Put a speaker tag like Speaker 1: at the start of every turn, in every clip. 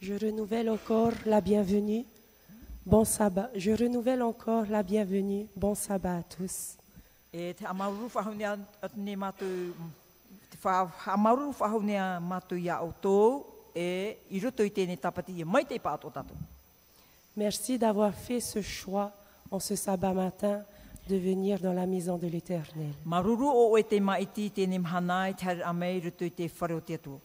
Speaker 1: Je renouvelle encore la bienvenue. Bon sabbat. Je renouvelle encore la bienvenue. Bon sabbat à tous.
Speaker 2: E te amauru whahunea atune mātou, te wha, amauru whahunea mātou ia o tōu, e i roto i tēnei tapati e mai te pātō tātou.
Speaker 1: Merci d'avoir fait ce choix en ce sabbat matin de venir dans la maison de l'Éternel.
Speaker 2: Maruru o oe te maiti tēnei mhana i te hara amei roto i te whare o te atua.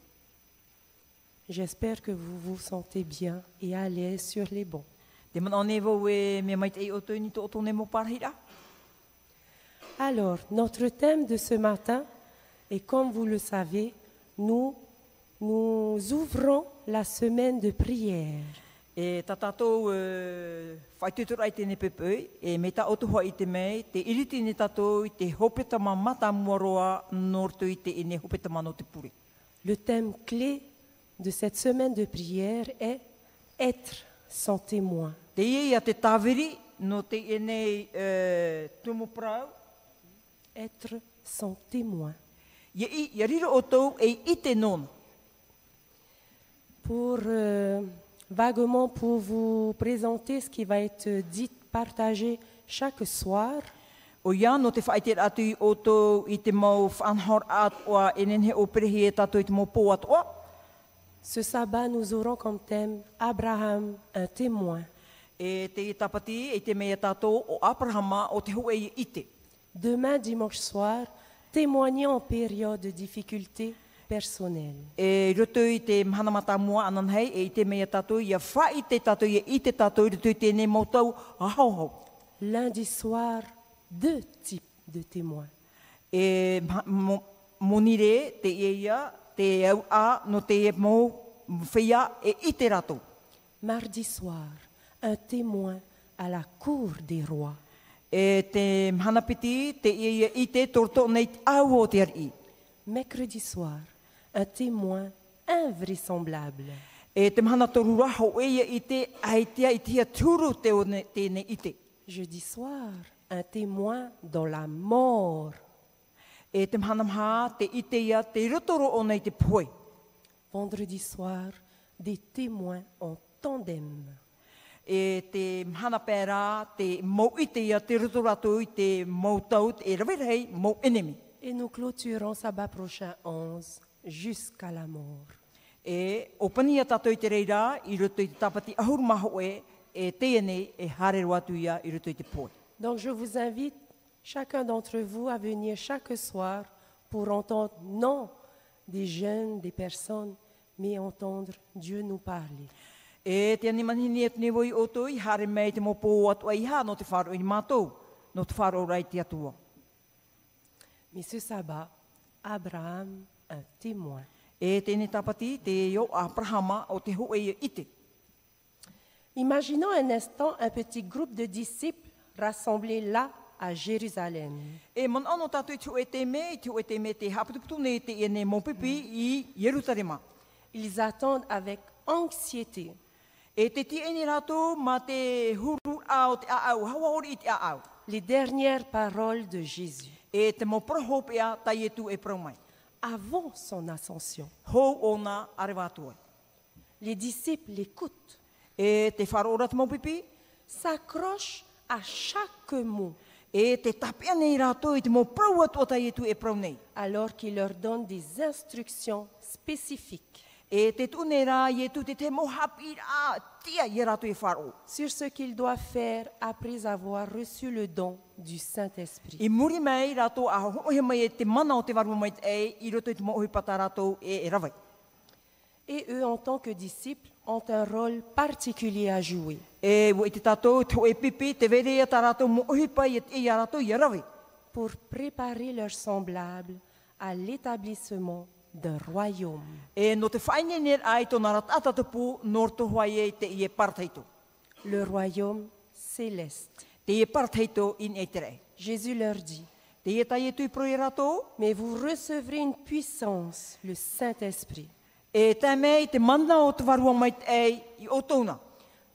Speaker 1: J'espère que vous vous sentez bien et à l'aise sur les bancs.
Speaker 2: Te mana o nevo e mea mai te i o tō ni tō tōne mō pārhira.
Speaker 1: Alors, notre thème de ce matin est, comme vous le savez, nous, nous ouvrons la semaine de prière.
Speaker 2: E tā tātou e, whaitutura i tēnei pepeu, e me tā otuhua i te mei, te iriti ni tātou i te hopetama mata muaroa nortu i te ene hopetama no te puri.
Speaker 1: Le thème clé de cette semaine de prière est être sans témoin.
Speaker 2: Te ia ia te tāwiri, no te ene e, tumu prau,
Speaker 1: Être sans témoin.
Speaker 2: ia, i, ia riro o tau e i te nona.
Speaker 1: Pour euh, vaguement pour vous présenter ce qui va être dit, partagé chaque soir,
Speaker 2: O ia no te whaitera atu i o tau i te mau whanhor atua, e nenhe o perehi e tātou i te mau pō atua.
Speaker 1: ce sabbat nous aurons comme thème Abraham, un témoin.
Speaker 2: E te i tapati, e te mea tātou o Abrahama o te e hoa i te.
Speaker 1: Demain dimanche soir, témoigner en période de difficulté personnelle.
Speaker 2: E roto i te mahanamata mua anan hei, e i te mea tātou, ia wha i te tātou, ia i te tātou, i roto i tēnei mautau, ahauhau.
Speaker 1: Lundi soir, deux types de témoins.
Speaker 2: E mha- mo- monire, te ia ia, te au a, no te e mou, whia, e i te rato.
Speaker 1: Mardi soir, un témoin à la cour des rois.
Speaker 2: E te mahanapiti, te e ia ia i te torto nei au o te ari.
Speaker 1: Mercredi soir, un témoin invraisemblable.
Speaker 2: E te mahanatorura ho e ia i te aitea i tia tūru te o ne- tēnei i te.
Speaker 1: Jeudi soir, un témoin dans la mort.
Speaker 2: E te mahanamha, te i te ia, te rotoro o nei te poe.
Speaker 1: Vendredi soir, des témoins en tandem.
Speaker 2: e te mhana pērā, te mau i te ia, te rutu ratu i te mau tau, e rawirahei, mau enemi.
Speaker 1: Et nous clôturons sabbat prochain 11 jusqu'à la mort.
Speaker 2: E opani ia tātou i te reira, i rutu i te tapati ahuru maho e, e teia nei, e hārero atu ia i rutu i te poe.
Speaker 1: Donc je vous invite chacun d'entre vous à venir chaque soir pour entendre non des jeunes, des personnes, mais entendre Dieu nous parler.
Speaker 2: E te animani ni e tene woi o tō, i hāre mei te mōpō atu ai hā, no te whāro i mātou, no te whāro rai te atua.
Speaker 1: Mais ce sabbat, Abraham, un témoin.
Speaker 2: E tēnei tāpati, te eo Abrahama o te hoa ia i te.
Speaker 1: Imaginons un instant un petit groupe de disciples rassemblés là à Jérusalem.
Speaker 2: E man ano tātou i te hoa te me, i te hoa te me te haputuputu nei te ene mōpipi i Yerutarema.
Speaker 1: Ils attendent avec anxiété
Speaker 2: E te ti eni rato ma te huru au te aau, hawa ori i te aau.
Speaker 1: les dernières paroles de Jésus
Speaker 2: E te mo prohop ea tai e tu e promai.
Speaker 1: avant son ascension.
Speaker 2: Hou ona arewatua.
Speaker 1: Les disciples l'écoutent,
Speaker 2: E te wharora te maupipi,
Speaker 1: s'accrochent à chaque mot
Speaker 2: e te tapia nei rato i te mo praua tua tai e tu e prau nei.
Speaker 1: alors qu'il leur donne des instructions spécifiques
Speaker 2: E te tu nei rā i e tu te te mo hapi rā tia i e rato e wharo.
Speaker 1: sur ce qu'ils doivent faire après avoir reçu le don du Saint-Esprit.
Speaker 2: I muri mai rato a hohe mai e te mana o te waru mai te ei, i roto i te mo ohi pata rato e, e rawai.
Speaker 1: Et eux, en tant que disciples, ont un rôle particulier à jouer.
Speaker 2: E wo i te tatou, te hoe pipi, te vere e ta rato mo ohi pai e te i a rato i e rawai.
Speaker 1: pour préparer leurs semblables à l'établissement d'un royaume.
Speaker 2: E no te whaine ner ai tōna ratata te pū, nor tō hoa e te i e parteito.
Speaker 1: Le royaume céleste.
Speaker 2: Te i e parteito in e tere.
Speaker 1: Jésus leur dit,
Speaker 2: Te i e tai e tui pro i rato,
Speaker 1: mais vous recevrez une puissance, le Saint-Esprit.
Speaker 2: e tai mei te mana o te warua mai te ei i o tōna.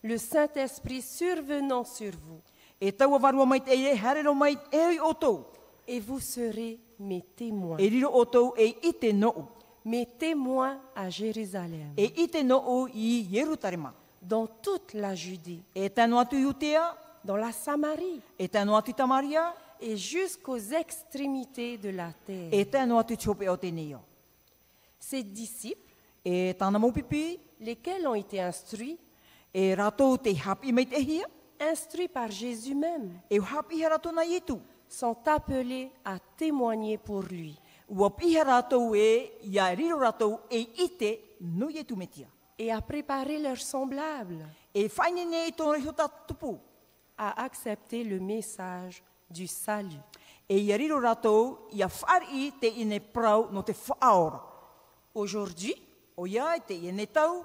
Speaker 1: Le Saint-Esprit survenant sur vous,
Speaker 2: E taua warua mai te ei e harero mai te ei o tō.
Speaker 1: et vous serez mes témoins
Speaker 2: E riro o tō e i te noo.
Speaker 1: mes témoins à Jérusalem,
Speaker 2: E ite no o i Yerutarema.
Speaker 1: dans toute la Judée,
Speaker 2: E tēnu atu Iutea,
Speaker 1: dans la Samarie
Speaker 2: e tēnu atu Tamaria,
Speaker 1: et jusqu'aux extrémités de la terre.
Speaker 2: e tēnu atu Chope o te Neo.
Speaker 1: Ses disciples,
Speaker 2: E tāna maupipi,
Speaker 1: lesquels ont été instruits,
Speaker 2: e rātou te hapi mei te hia,
Speaker 1: instruits par Jésus même,
Speaker 2: e hapi hea rātou na ietu.
Speaker 1: sont appelés à témoigner pour lui
Speaker 2: Ua piha rātou e, ia riro rātou e ite no ietu metia.
Speaker 1: et à préparer leurs semblables
Speaker 2: E whainene i tōna hota tupu,
Speaker 1: à accepter le message du salut.
Speaker 2: e ia riro rātou, ia whari te ine prau no te whaora.
Speaker 1: Aujourd'hui,
Speaker 2: O ia, e te ine tau,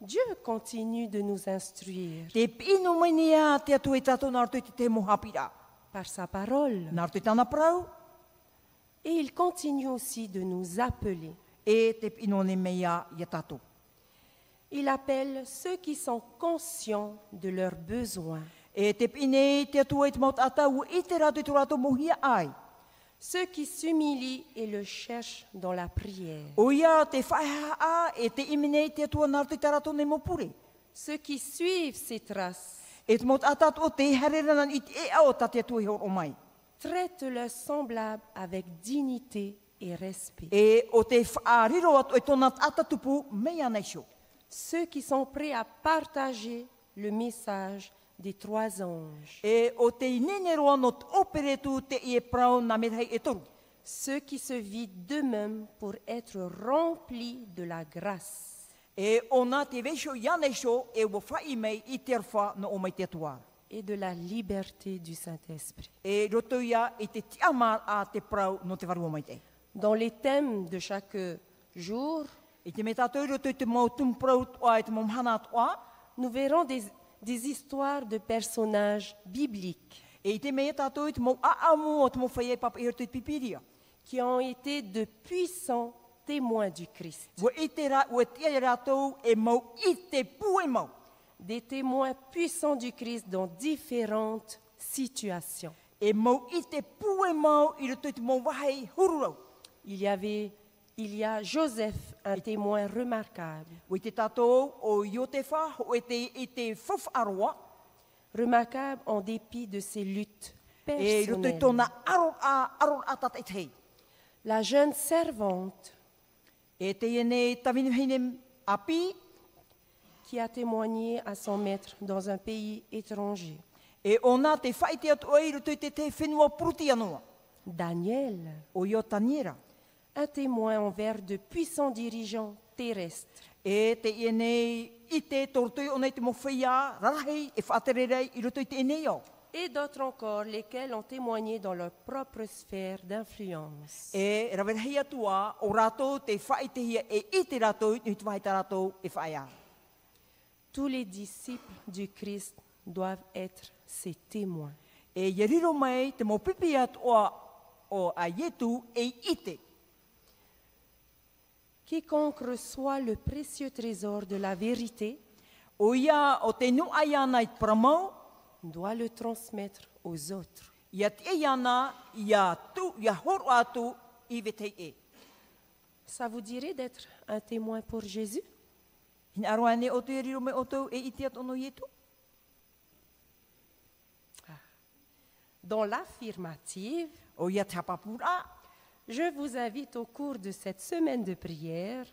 Speaker 1: Dieu continue de nous instruire
Speaker 2: te pino mania te atu e tātou nā rātou i te te mohapira.
Speaker 1: par sa parole
Speaker 2: Nā rātou i tāna prau,
Speaker 1: et il continue aussi de nous appeler.
Speaker 2: e te pino ne mea ia tātou.
Speaker 1: Il appelle ceux qui sont conscients de leurs besoins,
Speaker 2: E te pine te atu e te maut atau, i te rātou i tō rātou mohia ai.
Speaker 1: ceux qui s'humilient et le cherchent dans la prière,
Speaker 2: O ia, te whaeha a, e te imine te atua nā rātou i tā rātou ne mopure.
Speaker 1: ceux qui suivent ses traces,
Speaker 2: E te maut atatu o te hereranan i te e ao tā te atua i horo mai.
Speaker 1: traitent leurs semblables avec dignité et respect.
Speaker 2: E o te whaariro atu e tōna atatupu mea nei sio.
Speaker 1: ceux qui sont prêts à partager le message des trois anges,
Speaker 2: E o te ineneroa no te operetu te i e prau nā merhei e toru.
Speaker 1: ceux qui se vident d'eux-mêmes pour être remplis de la grâce
Speaker 2: E ona te vesho ia nei sio e ua whai mei i te arwha no o mai te atua.
Speaker 1: et de la liberté du Saint-Esprit.
Speaker 2: E roto ia i te tiamar a te prau no te varua mai te.
Speaker 1: Dans les thèmes de chaque jour,
Speaker 2: I te mea tātou roto i te mau tum prau toa e te momhana toa.
Speaker 1: nous verrons des, des histoires de personnages bibliques
Speaker 2: E i te mea tātou i te mau aamu o te mau whai e papa i roto i te pipiria.
Speaker 1: qui ont été de puissants témoins du Christ,
Speaker 2: Ua i te rā, ua tia i rātou e mau i te pū e mau.
Speaker 1: des témoins puissants du Christ dans différentes situations.
Speaker 2: e mau i te pue mau i roto i te mau wahai hururau.
Speaker 1: Il y avait, il y a Joseph, un témoin remarquable,
Speaker 2: O i te tātou o Iotefa, o i te, i te fof aroa,
Speaker 1: remarquable en dépit de ses luttes
Speaker 2: e roto i
Speaker 1: personnelles.
Speaker 2: tōna aror a, e aror a tata i te hei.
Speaker 1: La jeune servante
Speaker 2: E te iene tawinu heine api,
Speaker 1: qui a témoigné à son maître dans un pays étranger.
Speaker 2: e ona te whaite atu ai roto i te te whenua puruti anō.
Speaker 1: Daniel,
Speaker 2: O Io Taniera,
Speaker 1: un témoin envers de puissants dirigeants terrestres.
Speaker 2: e te iene i te torotoi ona i te mau whaia, rarahei e whaatererei i roto i te ene au.
Speaker 1: Et d'autres encore, lesquels ont témoigné dans leur propre sphère d'influence.
Speaker 2: E rawerhei atua o rātou te whaitehia e i te rātou, nui te wahita rātou e whaia.
Speaker 1: Tous les disciples du Christ doivent être ses témoins.
Speaker 2: E yeriro mai te mo pipi atu o, o a yetu e ite.
Speaker 1: Quiconque reçoit le précieux trésor de la vérité
Speaker 2: O ia o te nu aiana i te paramau,
Speaker 1: doit le transmettre aux autres.
Speaker 2: ia te aiana, ia, tu, ia horo atu i vetei e.
Speaker 1: Ça vous dirait d'être un témoin pour Jésus
Speaker 2: Hina aroa ne o te yeriro mai o tau e ite atu no yetu.
Speaker 1: Dans l'affirmative,
Speaker 2: O ia te hapapura,
Speaker 1: je vous invite au cours de cette semaine de prière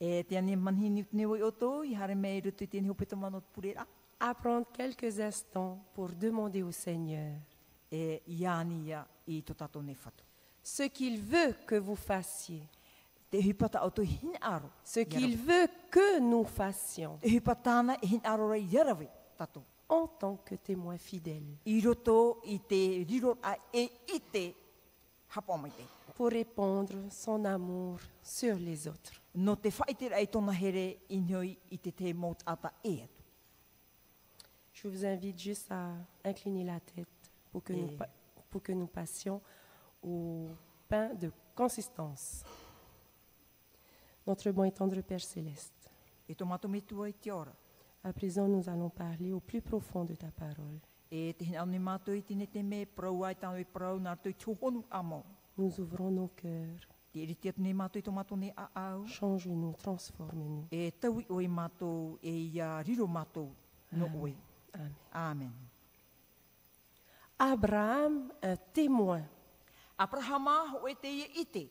Speaker 2: e te ane manhi ni utne o i o tau, i hare mei rutu i tēne hupeta mano te purera.
Speaker 1: à prendre quelques instants pour demander au Seigneur
Speaker 2: E ia ani ia i tō tātou ne whatu.
Speaker 1: ce qu'il veut que vous fassiez,
Speaker 2: Te hupata o tau hina aro.
Speaker 1: ce
Speaker 2: ia
Speaker 1: qu'il
Speaker 2: rawe.
Speaker 1: veut que nous fassions
Speaker 2: Te hupatana e hina aro rei iarawe tātou.
Speaker 1: en tant que témoin fidèle
Speaker 2: i roto i te riro a e i te hapa mai te.
Speaker 1: pour répandre son amour sur les autres.
Speaker 2: No te whaitira i tōna here i noi i te te maut ata e atu.
Speaker 1: Je vous invite juste à incliner la tête pour que, nous,
Speaker 2: Et-
Speaker 1: pa- pour que nous passions au pain de consistance. Notre bon et tendre Père céleste,
Speaker 2: E tō mātou me tua i te ora.
Speaker 1: à présent nous allons parler au plus profond de ta parole.
Speaker 2: E te hina anu mātou i tine te me, prau ai tāu e prau, nā tō i tōhonu a mau.
Speaker 1: Nous ouvrons nos cœurs
Speaker 2: Te iriti atu nei mātou i tō mātou nei a au.
Speaker 1: Change-nous, transforme-nous.
Speaker 2: E tau i oi mātou, e ia riro mātou no oi.
Speaker 1: Amen.
Speaker 2: Amen.
Speaker 1: Abraham, un témoin.
Speaker 2: Abrahama o e te ia ite.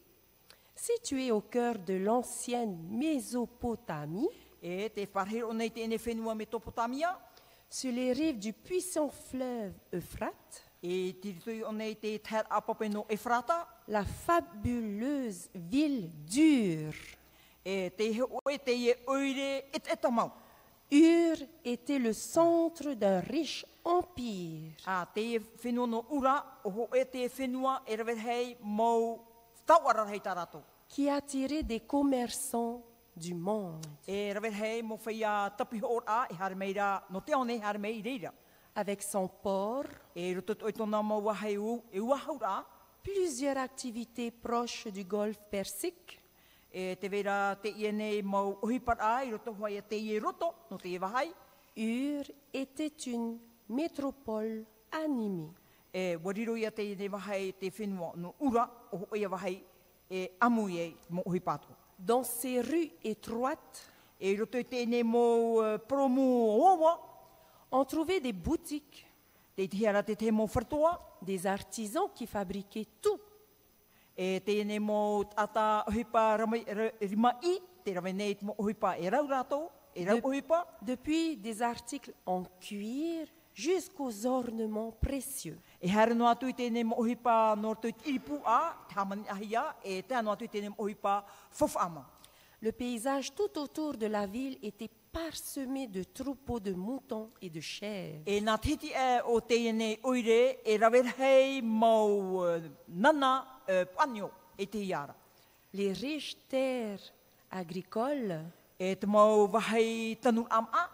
Speaker 1: Situé au cœur de l'ancienne Mésopotamie,
Speaker 2: E te wharhero nei te ene whenua me Topotamia.
Speaker 1: sur les rives du puissant fleuve Euphrate,
Speaker 2: E tiritui o nei te tēr apape no Efrata.
Speaker 1: la fabuleuse ville d'Ur.
Speaker 2: E te he oe te ia oire e et etamau.
Speaker 1: Ur était le centre d'un riche empire.
Speaker 2: A te e whenua no ura, o ho e te whenua e rawet hei mou tauara hei tā rātou.
Speaker 1: qui attirait des commerçants du monde
Speaker 2: E rawet hei mō whaia tapi hoor a e hare meira, no te one hare mei i reira.
Speaker 1: avec son port,
Speaker 2: E rotot oi tōna maua hei u, e ua haura,
Speaker 1: plusieurs activités proches du golfe Persique,
Speaker 2: e te vera te ie nei mau ohipar a, i roto hoa i te ie roto, no te ie wahai.
Speaker 1: Ur était une métropole animée.
Speaker 2: E wariro ia te ie nei wahai te whenua no ura, o ho ia wahai e amu i ei mō ohipato.
Speaker 1: Dans ses rues étroites,
Speaker 2: E roto i te ie nei mō uh, promu owa,
Speaker 1: on trouvait des boutiques,
Speaker 2: te tihara te te mō whartoa,
Speaker 1: des artisans qui fabriquaient tout,
Speaker 2: e te ene mō ata ohipa ramai, ra- rima i, te rawe nei mō ohipa e rau rātou, e rau
Speaker 1: Yep.
Speaker 2: ohipa,
Speaker 1: depuis des articles en cuir jusqu'aux ornements précieux.
Speaker 2: e hara no atu i te ene mō ohipa nō rātou i te iripu a, te hamani ahia, e te ano atu i te ene mō ohipa fofama.
Speaker 1: Le paysage tout autour de la ville était parsemé de troupeaux de moutons et de chèvres.
Speaker 2: E nā titi e o te ene oire, e rawe hei mō uh, nana uh, panyo e te iara.
Speaker 1: Les riches terres agricoles
Speaker 2: E te mō wahai tanu am a,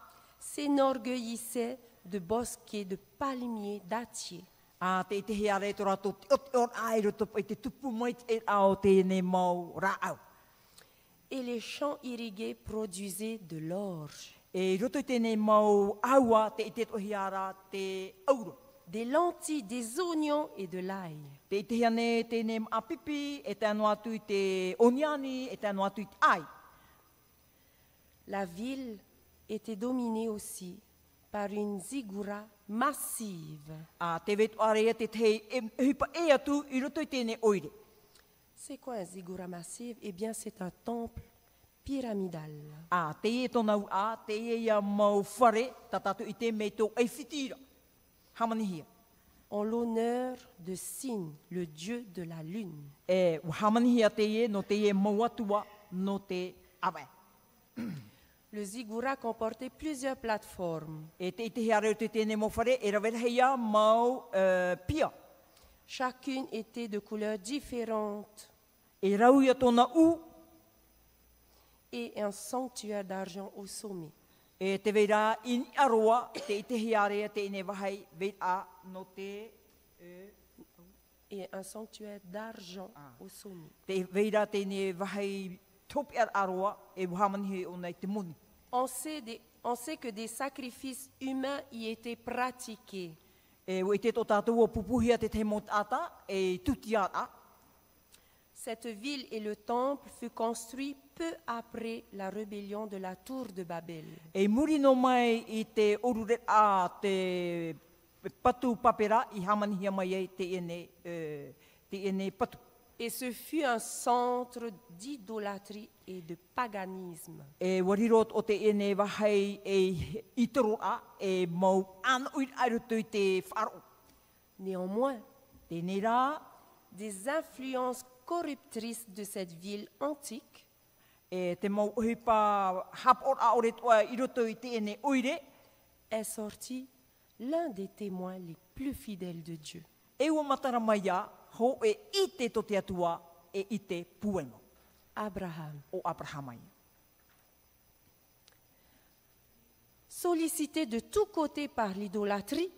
Speaker 1: s'enorgueillissaient de bosquets de palmiers dattiers.
Speaker 2: A te i te hea re tō rātou te ot on ai roto i te tupu mai te e ao te ne mau rā au.
Speaker 1: Et les champs irrigués produisaient de l'orge.
Speaker 2: E roto i te ne mau aua te i te tohi ara te auro.
Speaker 1: Des lentilles, des oignons et de l'ail.
Speaker 2: Te i te hea ne te ne a pipi, e te anu atu i te oniani, e te anu atu i te ai.
Speaker 1: La ville était dominée aussi par une ziggoura massive.
Speaker 2: A te vetu are te te e, hipa e atu i roto i te ne oire.
Speaker 1: C'est quoi un ziggoura massive Eh bien, c'est un temple pyramidal.
Speaker 2: A te e tona u a, te e ia mau whare, ta tatu i te me tō ei whitira. Hamani hia.
Speaker 1: en l'honneur de Sin, le dieu de la lune.
Speaker 2: E hamani hia te e, no te e mau atua, no te awai.
Speaker 1: Le ziggoura comportait plusieurs plateformes,
Speaker 2: E te ite hea reo te tēnei mō whare, e rawera heia mau uh, pia.
Speaker 1: chacune était de couleurs différentes
Speaker 2: E rau ia tōna u,
Speaker 1: et un sanctuaire d'argent au sommet.
Speaker 2: e te veira in aroa, te ite hea rea te ine wahai, veira no te,
Speaker 1: Et un sanctuaire d'argent au sommet.
Speaker 2: te veira te ine wahai top ar aroa, e wahamani he o nei te moni.
Speaker 1: On sait, des- on sait que des sacrifices humains y étaient pratiqués.
Speaker 2: E o i te tō tātou o pupuhia te te mō tāta, e tuti ar a.
Speaker 1: Cette ville et le temple furent construits peu après la rébellion de la tour de Babel.
Speaker 2: E muri no mai i te oruret a te patu papera, i hamani hea mai e te ine, uh, te ine patu.
Speaker 1: Et ce fut un centre d'idolâtrie et de paganisme.
Speaker 2: e warirot o te ene wahai e itoro a e mau an uit arutu i te wharo.
Speaker 1: Néanmoins,
Speaker 2: Tēnei rā,
Speaker 1: des influences corruptrices de cette ville antique
Speaker 2: e te mau ohipa hapor a ore toa i roto i te ene oire,
Speaker 1: est sorti l'un des témoins les plus fidèles de Dieu.
Speaker 2: e ua matara mai a, ho e i te to te atua e i te puenga
Speaker 1: Abraham,
Speaker 2: o Abrahamai.
Speaker 1: sollicité de tous côtés par l'idolâtrie,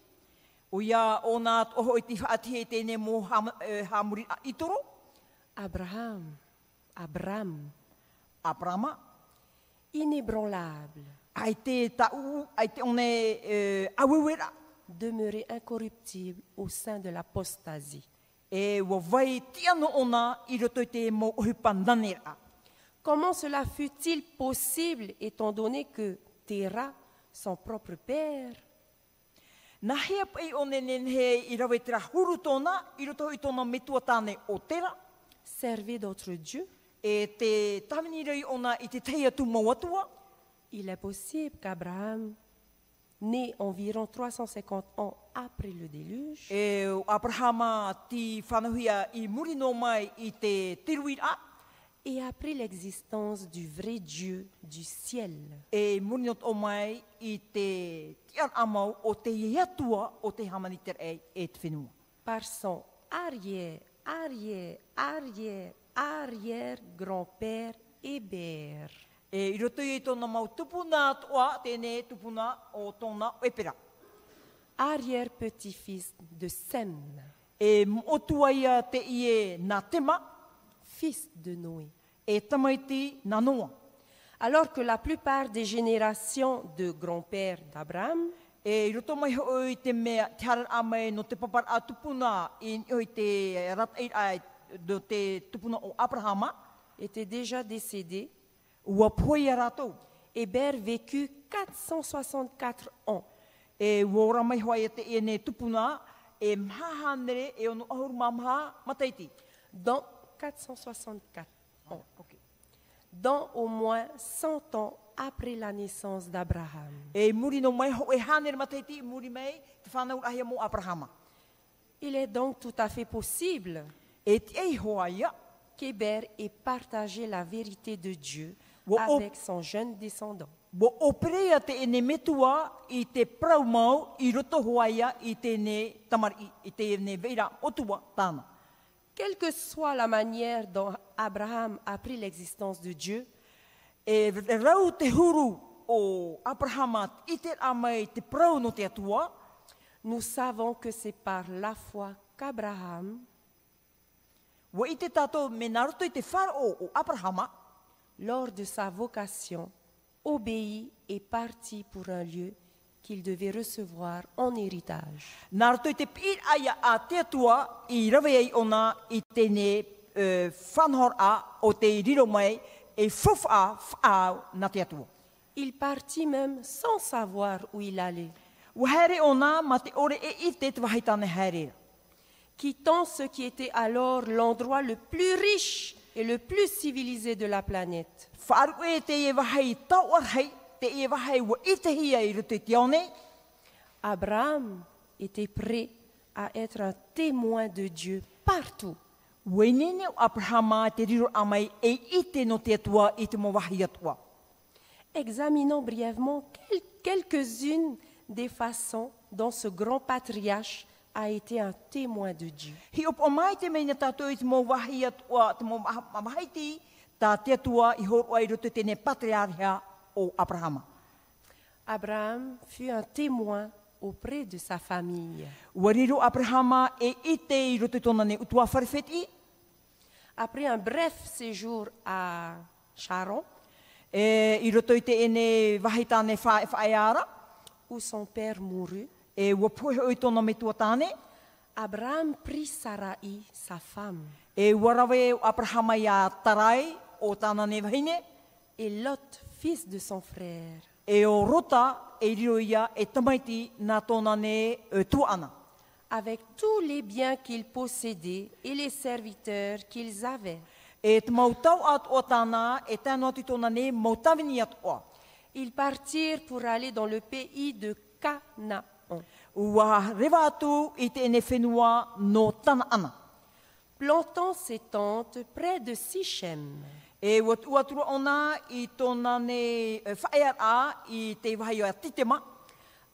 Speaker 2: O ia o nā toho i te whaatie tēnei mō ham- e, hamuri a itoro,
Speaker 1: Abraham, Abraham,
Speaker 2: Abrahama,
Speaker 1: inébranlable,
Speaker 2: ai te tau, ai te one e, awewera,
Speaker 1: demeuré incorruptible au sein de l'apostasie.
Speaker 2: E wa vai tia no ona i roto i te mo ohipa nanera.
Speaker 1: Comment cela fut-il possible étant donné que Terah, son propre père,
Speaker 2: Nā hea pei o ne nenhe i rawe tera huru tōna, i roto i tōna metua tāne o tera,
Speaker 1: servait d'autres dieux
Speaker 2: e te tamini rei ona i te teia tu mauatua,
Speaker 1: Il est possible qu'Abraham, né environ 350 ans après le déluge,
Speaker 2: e o Abrahama ti whanahuia i muri no mai i te tiruira,
Speaker 1: et après l'existence du vrai Dieu du ciel,
Speaker 2: e muri no o mai i te tian amau o te iatua o te hamani ter e e te whenua.
Speaker 1: par son arrière, arrière, arrière, arrière-grand-père Hébert.
Speaker 2: E i roto i tōna mau tupuna toa, tēnei tupuna o tōna oepera.
Speaker 1: Arrière-petit-fils de Sem,
Speaker 2: E motua ia te ie nā tema,
Speaker 1: fils de Noé.
Speaker 2: e tamaiti nā noa.
Speaker 1: Alors que la plupart des générations de grands-pères d'Abraham
Speaker 2: E i roto mai hoi i te mea, te haran a mai no te papar a tupuna i hoi te rat ai ai do te tupuna o Abrahama,
Speaker 1: étaient déjà décédés,
Speaker 2: ua poi a rātou.
Speaker 1: Hébert vécut 464 ans.
Speaker 2: E ua ora mai hoa i te ie ne tupuna, e mhahanere e ono ahuru mamaha mataiti.
Speaker 1: Dans 464 ans.
Speaker 2: Okay.
Speaker 1: Dans au moins 100 ans après la naissance d'Abraham.
Speaker 2: E muri no mai ho e hanere mataiti, muri mai te whanau ahia mo Abrahama.
Speaker 1: Il est donc tout à fait possible
Speaker 2: E te ei hoa ia,
Speaker 1: qu'Hébert ait partagé la vérité de Dieu
Speaker 2: Wow.
Speaker 1: avec son jeune descendant.
Speaker 2: Bo operea te ene metua i te prau mau i roto hoaia i te ne tamari, i te ne veira otua tāna.
Speaker 1: Quelle que soit la manière dont Abraham apprit l'existence de Dieu,
Speaker 2: E rau te huru o Abrahama i te amai te prau no te atua,
Speaker 1: nous savons que c'est par la foi qu'Abraham,
Speaker 2: wa i te tātou me naruto i te wharo o Abrahama,
Speaker 1: lors de sa vocation, obéit et partit pour un lieu qu'il devait recevoir en héritage.
Speaker 2: naruto i te pir aia a te atua i rawe ai ona i te ne uh, whanhor a o te riro mai e fofa a whaau na te atua.
Speaker 1: Il partit même sans savoir où il allait,
Speaker 2: Wa here ona ma te ore e i te te wahi tāne herera.
Speaker 1: quittant ce qui était alors l'endroit le plus riche et le plus civilisé de la planète.
Speaker 2: Whaaru e te e wahai tauar hei, te e wahai wa i te hia i rute te aone,
Speaker 1: Abraham était prêt à être un témoin de Dieu partout.
Speaker 2: wenene o Abrahama te riro amai e i te no te atua i te mo wahi atua.
Speaker 1: Examinons brièvement quel- quelques-unes des façons dont ce grand patriarche a été un témoin de Dieu.
Speaker 2: Hi op o mai te meina tātou i te mo wahi atua, te mo waha- wahi ti, tā te atua i horo ai rute tēne patriarhia o Abrahama.
Speaker 1: Abraham fut un témoin auprès de sa famille.
Speaker 2: Ua riro Abrahama e i te i rute tōna ne utua wharewheti,
Speaker 1: Après un bref séjour à Charon,
Speaker 2: e, i roto i te ene wahi tāne wha- whaeara,
Speaker 1: où son père mourut,
Speaker 2: e ua pohe oi tōna me tua tāne,
Speaker 1: Abraham prit Sarai, sa femme,
Speaker 2: E warawe o Abrahama ia tarai o tāna ne wahine,
Speaker 1: et Lot, fils de son frère,
Speaker 2: e o rota e riro ia e tamaiti nā tōna ne e tuana.
Speaker 1: avec tous les biens qu'ils possédaient et les serviteurs qu'ils avaient.
Speaker 2: E te mautau at o tāna e tāna atu tōna ne mautawini at oa.
Speaker 1: Ils partirent pour aller dans le pays de Canaan,
Speaker 2: Ua rewa atu i te ene whenua no tāna ana.
Speaker 1: plantant ses tentes près de Sichem.
Speaker 2: E ua tuatura ona i tōna ne e, whaear a i te wahai o a titema.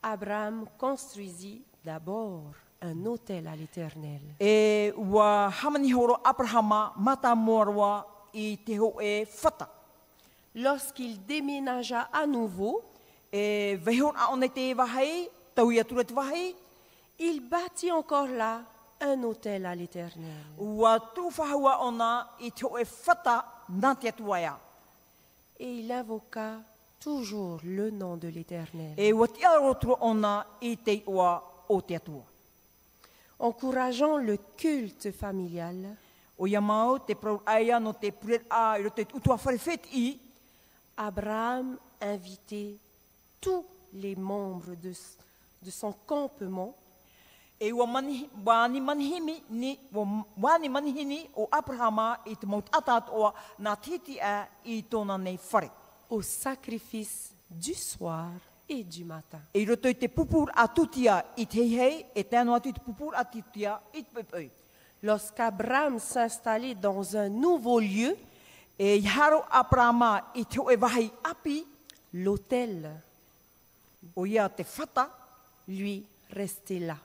Speaker 1: Abraham construisit d'abord un autel à l'Éternel.
Speaker 2: E ua hamani horo Abrahama mata moaroa i te ho e whata.
Speaker 1: Lorsqu'il déménagea à nouveau,
Speaker 2: E vehon a one te wahai, tau i atura te wahai,
Speaker 1: il bâtit encore là un autel à l'Éternel.
Speaker 2: ua tū whahua ona i te oe whata nā te atua ea.
Speaker 1: Et il invoqua toujours le nom de l'Éternel.
Speaker 2: E ua te arotura ona i te oa o te atua.
Speaker 1: encourageant le culte familial,
Speaker 2: O Yamao te pro aia no te pure a i ro te utua wharewhet i,
Speaker 1: Abraham invitait tous les membres de, s- de son campement
Speaker 2: e ua mani, wani manihimi ni, wa- wani manihini o Abrahama i te maut atatoa nā titi a i tōna nei whare.
Speaker 1: au sacrifice du soir et du matin.
Speaker 2: E roto i te pupur a tutia i te hei, e tēnu atu i te pupur a tutia i te pepei.
Speaker 1: Lorsqu'Abraham s'installait dans un nouveau lieu,
Speaker 2: E i haro Abrahama i te oe wahi api,
Speaker 1: l'autel,
Speaker 2: o ia te whata,
Speaker 1: lui, restait là,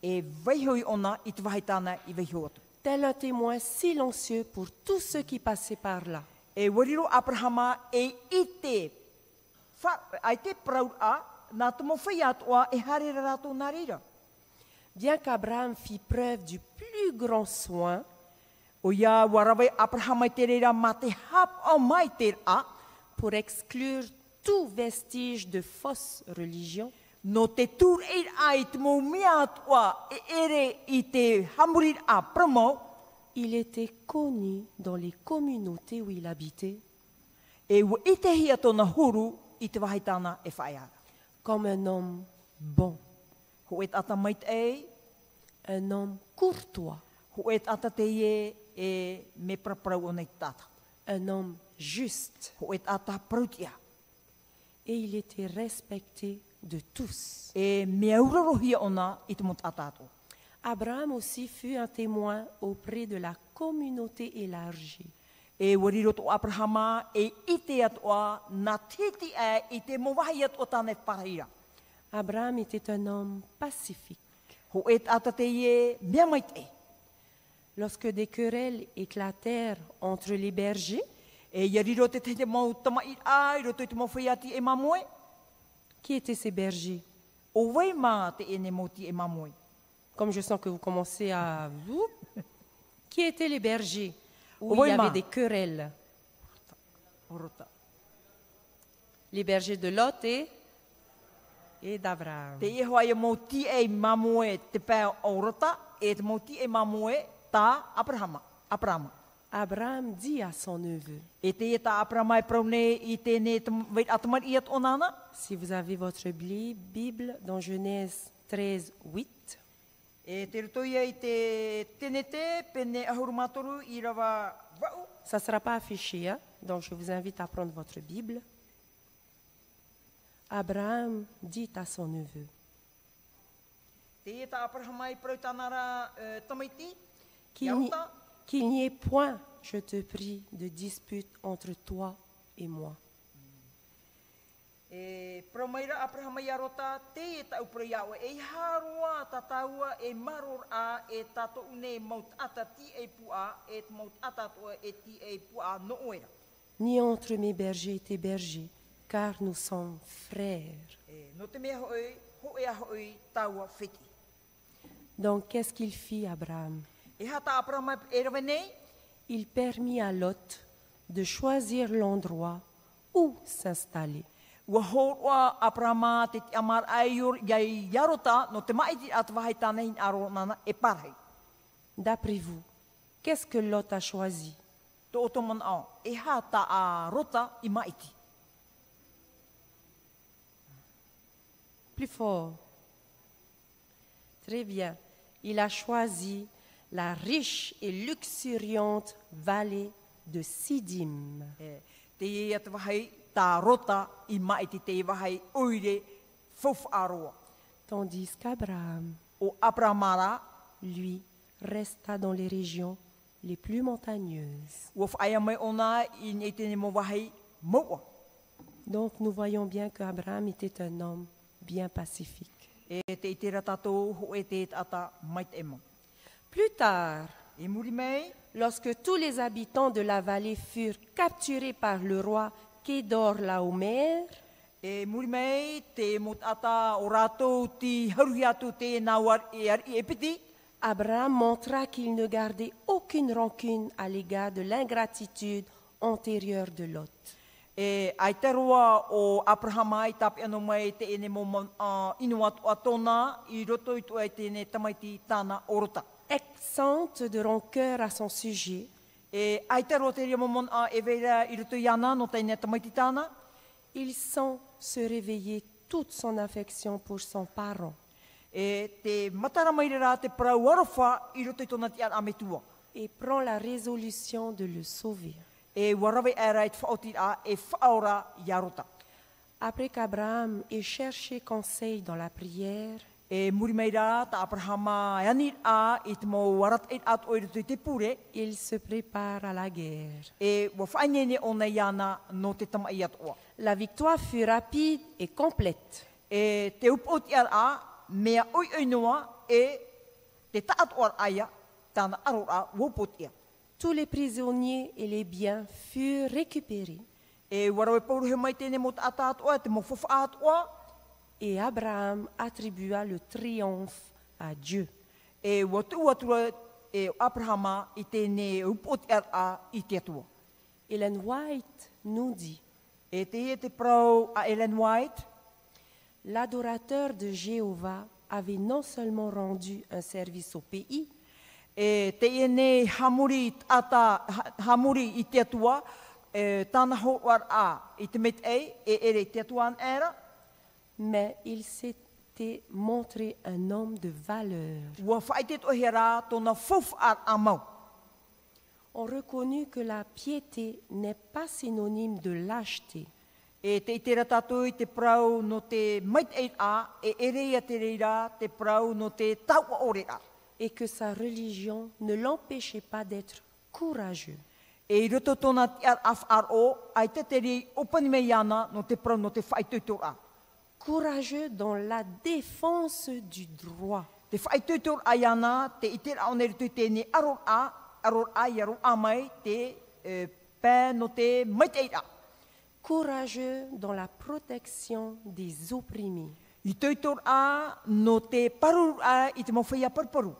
Speaker 2: e veihoi ona i te wahi tāna i veiho atu.
Speaker 1: tel un témoin silencieux pour tous ceux qui passaient par là.
Speaker 2: E wariro Abrahama e i te, wha- ai te praur a, nā tomo whai atoa e harera rātou nā reira.
Speaker 1: Bien qu'Abraham fit preuve du plus grand soin,
Speaker 2: O ia warawai Abrahama i te reira mā te hap o mai te a,
Speaker 1: pour exclure tout vestige de fausse religion,
Speaker 2: no te tūr eir a i te mou mea atoa e ere i te hamurir a pramo,
Speaker 1: il était connu dans les communautés où il habitait
Speaker 2: e ua i te hia tōna huru i te wahi tāna e whaiara.
Speaker 1: comme un homme bon,
Speaker 2: Ho e tata mai te e,
Speaker 1: un homme courtois,
Speaker 2: ho e tata te e, e me praprau o nei tata.
Speaker 1: un homme juste,
Speaker 2: Ho e tata prautia,
Speaker 1: et il était respecté de tous.
Speaker 2: e me aurorohia ona i te mot atato.
Speaker 1: Abraham aussi fut un témoin auprès de la communauté élargie.
Speaker 2: E wariro tō Abrahama e i te atoa, nā titi e i te mowahi atoa tāne wharaira.
Speaker 1: Abraham était un homme pacifique.
Speaker 2: Ho e tata te e, mea mai te e.
Speaker 1: Lorsque des querelles éclatèrent entre les bergers,
Speaker 2: E ia riro te te te mau tama i a, i roto i te mau whaiati e mamoe,
Speaker 1: qui étaient ces bergers
Speaker 2: o wei mā te e ne moti e mamoe.
Speaker 1: Comme je sens que vous commencez à vous. Qui étaient les bergers où
Speaker 2: Oui,
Speaker 1: il y
Speaker 2: ma.
Speaker 1: avait des querelles
Speaker 2: Orota.
Speaker 1: Les bergers de Lot et, et d'Abraham.
Speaker 2: Te e hoa e moti e mamoe te pēo orota, e te moti e mamoe tā Abrahama. Abrahama.
Speaker 1: Abraham dit à son neveu,
Speaker 2: E te e tā Abrahama e praune i tēne te wait atamar i at onana,
Speaker 1: si vous avez votre bli- Bible dans Genèse 13, 8,
Speaker 2: E te roto ia i te tenete, pene ahuru mātoru i rawa wau.
Speaker 1: ça ne sera pas affiché, hein, donc je vous invite à prendre votre Bible. Abraham dit à son neveu,
Speaker 2: Te e tā Abrahama i prautanara uh, tamaiti,
Speaker 1: Qu'il n'y- qu'il n'y ait point, je te prie, de dispute entre toi et moi.
Speaker 2: E pramaira Abrahama ia rota te e tau pura iaua e harua tataua e maror a e tato une maut ata ti e pua e te maut ata toa e ti e pua no oera.
Speaker 1: ni entre mes bergers et tes bergers, car nous sommes frères.
Speaker 2: E, no te mea hoi, ho e a hoi taua whiti.
Speaker 1: Donc qu'est-ce qu'il fit Abraham
Speaker 2: E hata Abrahama e rawe nei,
Speaker 1: Il permit à Lot de choisir l'endroit où s'installer.
Speaker 2: ua horoa Abrahama te te amar aior iai iarota no te maiti atawahai tāna hin aro nana e parhei.
Speaker 1: D'après vous, qu'est-ce que Lot a choisi
Speaker 2: Tō otoman au, e hata a rota i maiti.
Speaker 1: Plus fort. Très bien. Il a choisi la riche et luxuriante vallée de Sidim.
Speaker 2: E, te ia te wahai tā rota i maiti te i wahai oire fofu aroa.
Speaker 1: Tandis qu'Abraham,
Speaker 2: O Abramara,
Speaker 1: lui, resta dans les régions les plus montagneuses.
Speaker 2: ua whaia mai ona i nei tēne mo wahai moua.
Speaker 1: Donc nous voyons bien qu'Abraham était un homme bien pacifique.
Speaker 2: E te i te ratatou ho e te ata mai te emo.
Speaker 1: Plus tard,
Speaker 2: E muri mei,
Speaker 1: lorsque tous les habitants de la vallée furent capturés par le roi Kédor Laomer,
Speaker 2: e muri mei te mot ata o rātou ti haruhi atu te nawar e ar i epiti.
Speaker 1: Abraham montra qu'il ne gardait aucune rancune à l'égard de l'ingratitude antérieure de Lot.
Speaker 2: E ai te roa o Abrahama ai tape ano mai te ene mo mon- a inu atu atona i roto i tu ai tēnei tamaiti tāna orota.
Speaker 1: Exempte de rancœur à son sujet,
Speaker 2: E ai te roa te ria mo mon a e vera i roto i ana no tēnei tamaiti tāna.
Speaker 1: il sent se réveiller toute son affection pour son parent.
Speaker 2: E te matarama i rā te parau arofa i roto i tōna te ana ametua.
Speaker 1: et prend la résolution de le sauver.
Speaker 2: E warawe ai rā i te whaoti a e whaora i arota.
Speaker 1: Après qu'Abraham ait cherché conseil dans la prière,
Speaker 2: E muri mai rā ta Abrahama e ani a i te mo warat e atu i roto i te pūre.
Speaker 1: il se prépare à la guerre.
Speaker 2: e wa whainene o nei ana no te tama i atoa.
Speaker 1: La victoire fut rapide et complète.
Speaker 2: E te upo o te ara a, mea oi oi noa e te taat o aia, tāna aro a wopo tia.
Speaker 1: Tous les prisonniers et les biens furent récupérés
Speaker 2: E warawe pauruhe mai tēne mo ta ata atoa, te mo fofa atoa,
Speaker 1: et Abraham attribua le triomphe à Dieu.
Speaker 2: e watu atura e Abrahama i tēne upo o te ara a i te atua.
Speaker 1: Ellen White nous dit,
Speaker 2: E te e te prau a Ellen White,
Speaker 1: l'adorateur de Jéhovah avait non seulement rendu un service au pays,
Speaker 2: e te e nei hamuri ata, ha- hamuri i te atua, e, tāna ho ar a i te met ei, e ere i te atua an era,
Speaker 1: mais il s'était montré un homme de valeur.
Speaker 2: Ua whaitet o hera tōna fof ar amau.
Speaker 1: On reconnut que la piété n'est pas synonyme de lâcheté,
Speaker 2: E te itera tātou i te prau no te mait eit a, e ere ia te reira te prau no te taua ore a.
Speaker 1: et que sa religion ne l'empêchait pas d'être courageux.
Speaker 2: E i roto tōna te ar af ar o, ai te te rei opani mei ana no te prau no te whaituitur a.
Speaker 1: Courageux dans la défense du droit,
Speaker 2: Te whaituitur a iana, te itera o nei roto i tēnei aror a, aror a i aror a mai, te e, pē no te mait eit a.
Speaker 1: courageux dans la protection des opprimés
Speaker 2: I teutur a no te parur a i te mawhia parparu.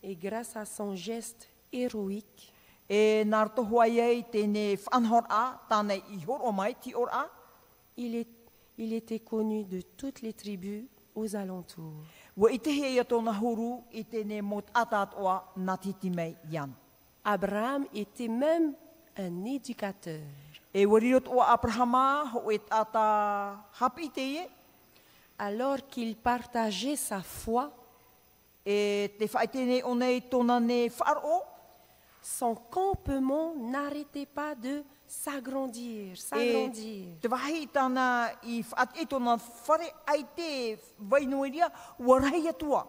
Speaker 1: et grâce à son geste héroïque,
Speaker 2: E nā rato hoai ei tēnei whanhor a, tānei i hor o mai, ti or a.
Speaker 1: il, est- il était connu de toutes les tribus aux alentours.
Speaker 2: Wa i te hea tōna huru i tēnei mot atatoa nā titi mei iana.
Speaker 1: Abraham était même un éducateur.
Speaker 2: E warirot o Abrahama ho e tata hapi i te ie,
Speaker 1: Alors qu'il partageait sa foi,
Speaker 2: e te whai tēnei o nei tōna ne whar o,
Speaker 1: son campement n'arrêtait pas de s'agrandir,
Speaker 2: e
Speaker 1: s'agrandir.
Speaker 2: te wahi tāna i whaat e tōna whare ai te wainueria, wa rai atua.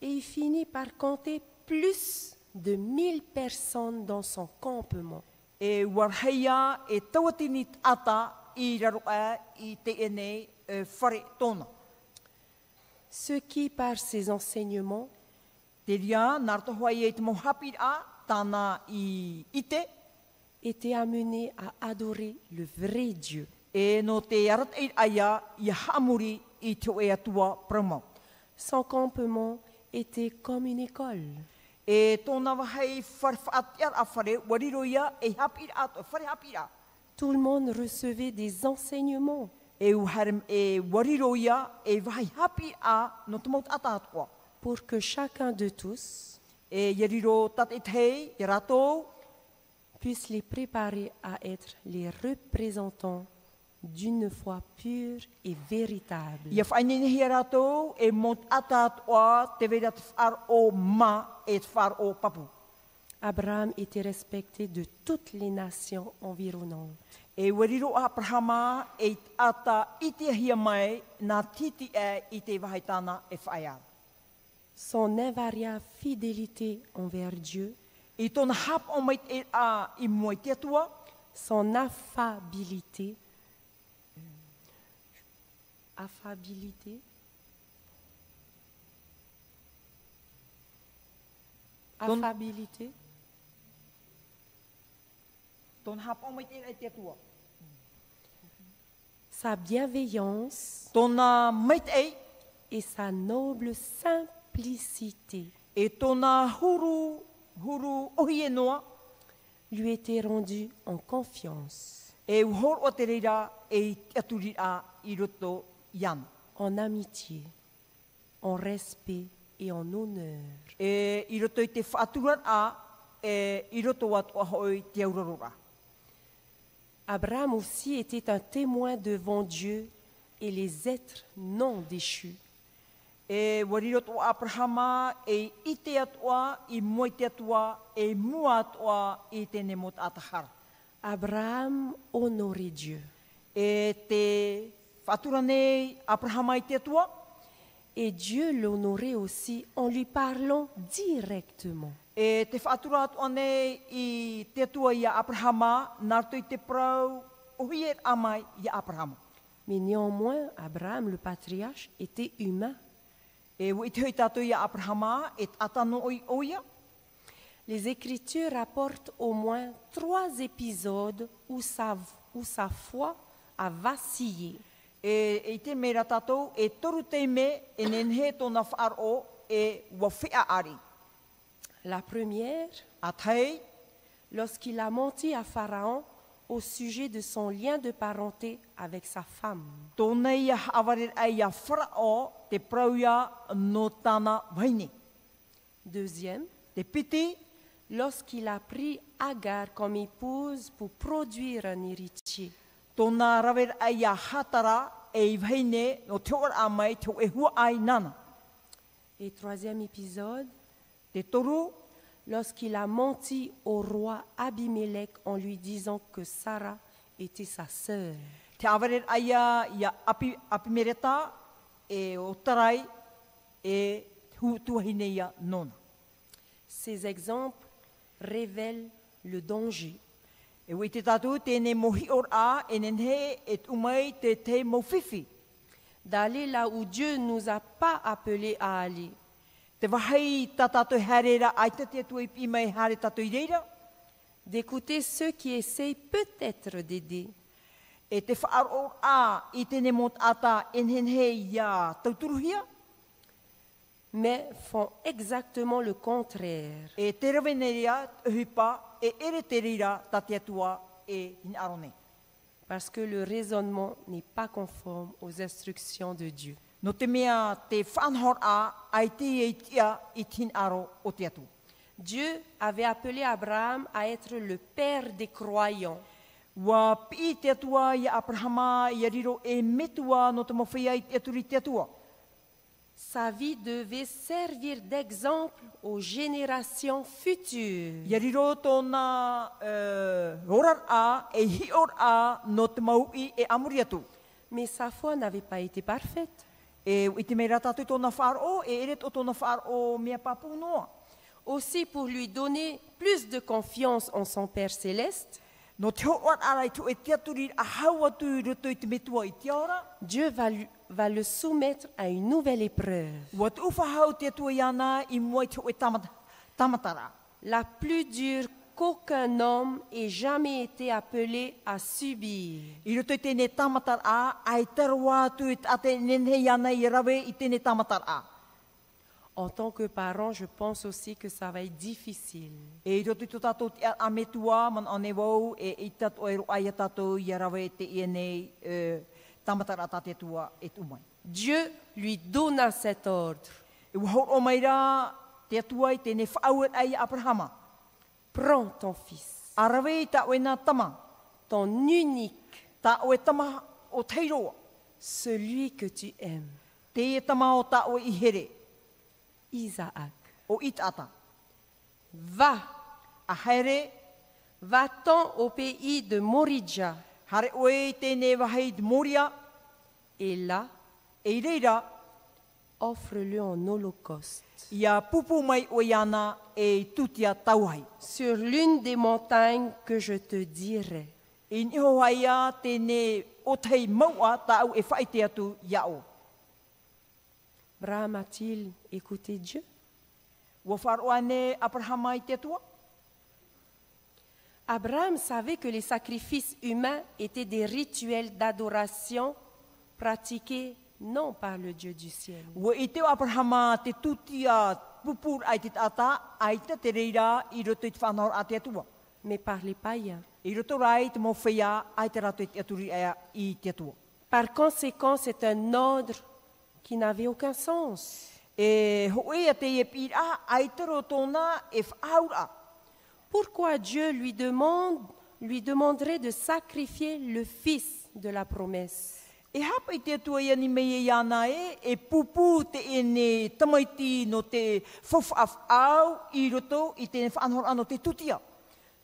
Speaker 1: Et il finit par compter plus de 1000 personnes dans son campement.
Speaker 2: E warheia e tauatini ata i raro a i te enei e whare tōna.
Speaker 1: Ce qui, par ses enseignements,
Speaker 2: Te ria, nā rato hoai e te mohapi a, tāna i ite,
Speaker 1: était amené à adorer le vrai Dieu.
Speaker 2: e no te arat e aia, i hamuri i te oe atua pramau.
Speaker 1: Son campement était comme une école.
Speaker 2: E tōna wahai wharwhaat ar a whare, wariro ia e hapi a, te whare hapi a.
Speaker 1: Tout le monde recevait des enseignements.
Speaker 2: E uharem e wariro ia e wahai hapi a no te maut ata atua.
Speaker 1: pour que chacun de tous
Speaker 2: E yariro tat e tei, i ratou,
Speaker 1: puisse les préparer à être les représentants d'une foi pure et véritable.
Speaker 2: Ia whainene hia rātou e mont atat oa te vera te whar o ma e te whar o papu.
Speaker 1: Abraham était respecté de toutes les nations environnantes.
Speaker 2: E wariro a Abrahama e ata i te hia mai nā titi e i te wahaitana e whaia.
Speaker 1: Son invariable fidélité envers Dieu,
Speaker 2: I tōna hap o mait e a i mua i te atua,
Speaker 1: son affabilité, affabilité,
Speaker 2: Don-
Speaker 1: affabilité,
Speaker 2: tōna hap o mait e a i te atua.
Speaker 1: sa bienveillance,
Speaker 2: Tōna mait e,
Speaker 1: et sa noble simplicité
Speaker 2: e tōna huru, huru ohi e noa,
Speaker 1: lui étaient rendues en confiance.
Speaker 2: E uhor o te reira e aturi a i roto i ana.
Speaker 1: en amitié, en respect et en honneur.
Speaker 2: E i roto i te whaaturan a e i roto atu a hoi te aurorora.
Speaker 1: Abraham aussi était un témoin devant Dieu et les êtres non déchus.
Speaker 2: E wariro tō Abrahama e ite atua, i moe te atua, e mua atua i tēne mot atahara.
Speaker 1: Abraham honorait Dieu
Speaker 2: E te whatura nei Abrahama i te atua,
Speaker 1: et Dieu l'honorait aussi en lui parlant directement.
Speaker 2: e te whatura atua nei i te atua i a Abrahama, nārtu i te prau, ohi e amai i a Abrahama.
Speaker 1: Mais néanmoins, Abraham, le patriarche, était humain.
Speaker 2: E ua i te hoi tātou i a Abrahama, e atano oi oia,
Speaker 1: Les Écritures rapportent au moins trois épisodes où sa, où sa foi a vacillé.
Speaker 2: e, e i te mera tātou, e toru te me, e nenhe tōna whaaro, e ua whia ari.
Speaker 1: La première,
Speaker 2: A tei,
Speaker 1: lorsqu'il a menti à Pharaon au sujet de son lien de parenté avec sa femme.
Speaker 2: Tōna ia haware ai a wharao te prauia no tāna waini.
Speaker 1: Deuxième,
Speaker 2: Te piti,
Speaker 1: lorsqu'il a pris Agar comme épouse pour produire un héritier.
Speaker 2: tōna rawer ai a hatara e i waine no te ora a mai te e hua ai nana.
Speaker 1: Et troisième épisode,
Speaker 2: Te toru,
Speaker 1: lorsqu'il a menti au roi Abimelech en lui disant que Sarah était sa sœur.
Speaker 2: te aware ai a i a api, apimereta e o tarai e hu tuahine ia nona.
Speaker 1: Ces exemples révèlent le danger.
Speaker 2: E wei te tatu tēnei mohi or a e nenhe e umai te te mawhiwhi.
Speaker 1: d'aller là où Dieu ne nous a pas appelés à aller.
Speaker 2: Te wahai tā tātou herera ai te te atu i i mai hare tātou i reira.
Speaker 1: d'écouter ceux qui essayent peut-être d'aider,
Speaker 2: e te whaaro a i tēne mot ata enhenhe ia tauturuhia,
Speaker 1: mais font exactement le contraire.
Speaker 2: e te raweneria hupa e ere te rira ta te atua e in arone.
Speaker 1: Parce que le raisonnement n'est pas conforme aux instructions de Dieu.
Speaker 2: No te mea te whanhor a ai te e tia i tin aro o te atu.
Speaker 1: Dieu avait appelé Abraham à être le père des croyants.
Speaker 2: Wa pi te atua i Abrahama i a riro e metua no te mawhia i te aturi te atua.
Speaker 1: Sa vie devait servir d'exemple aux générations futures.
Speaker 2: I a riro tōna uh, horar a e hior a no te maui e amuri atu.
Speaker 1: Mais sa foi n'avait pas été parfaite.
Speaker 2: E i te mea tātou tōna whaaro, e ere o tōna whaaro mea papu noa.
Speaker 1: Aussi pour lui donner plus de confiance en son Père céleste,
Speaker 2: No te hoan arai tu e te aturi a hau atu i roto i te metua i te ora.
Speaker 1: Dieu va, lui- va le soumettre à une nouvelle épreuve,
Speaker 2: Ua te hau te atua i ana i mua i te o e tamata, tamatara.
Speaker 1: la plus dure qu'aucun homme ait jamais été appelé à subir.
Speaker 2: I roto i tēne tamatara a, ai tarua atu i a te nene i ana i rawe i tēne tamatara a.
Speaker 1: En tant que parent, je pense aussi que ça va être difficile.
Speaker 2: E i roto i tō tātou te a metua man ane wau e i tātou e roa i a tātou i a rawe te i nei e, tamatara tā te atua e umai.
Speaker 1: Dieu lui donna cet ordre.
Speaker 2: E ua hau o mai rā te atua i tēne whaauet ai Abrahama.
Speaker 1: Prends ton fils,
Speaker 2: A rawe i tā oe nā tama,
Speaker 1: ton unique,
Speaker 2: tā oe tama o teiroa.
Speaker 1: celui que tu aimes,
Speaker 2: Te e tama o ta o i here,
Speaker 1: Isaac.
Speaker 2: o itata.
Speaker 1: Va,
Speaker 2: A haere,
Speaker 1: va-t'en au pays de Moridja.
Speaker 2: hare oe i tēnei wahei te moria,
Speaker 1: Et là,
Speaker 2: e i reira,
Speaker 1: offre-le en holocauste.
Speaker 2: i a pupu mai o iana e tutia tauhai.
Speaker 1: sur l'une des montagnes que je te dirai.
Speaker 2: I niho hai a tēnei o tei maua ta au e whaite atu ia o.
Speaker 1: Abraham a-t-il écouté Dieu
Speaker 2: Ua wharoa ne Abrahama i te atua.
Speaker 1: Abraham savait que les sacrifices humains étaient des rituels d'adoration pratiqués non par le Dieu du ciel.
Speaker 2: Ua i te o Abrahama te tutia pupur ai te tata, ai te te reira i roto i te whanau a te atua.
Speaker 1: mais par les païens.
Speaker 2: I roto rai te mo whaia ai te rato i te aturi ea i te atua.
Speaker 1: Par conséquent, c'est un ordre qui n'avait aucun sens.
Speaker 2: E hoe a te e pira ai te rotona e whaura.
Speaker 1: Pourquoi Dieu lui demande, lui demanderait de sacrifier le fils de la promesse
Speaker 2: E hapa i te atua ia ni mei e ana e, e pupu te e ne tamaiti no te fofaaf au i roto i te whanhor ano te tutia.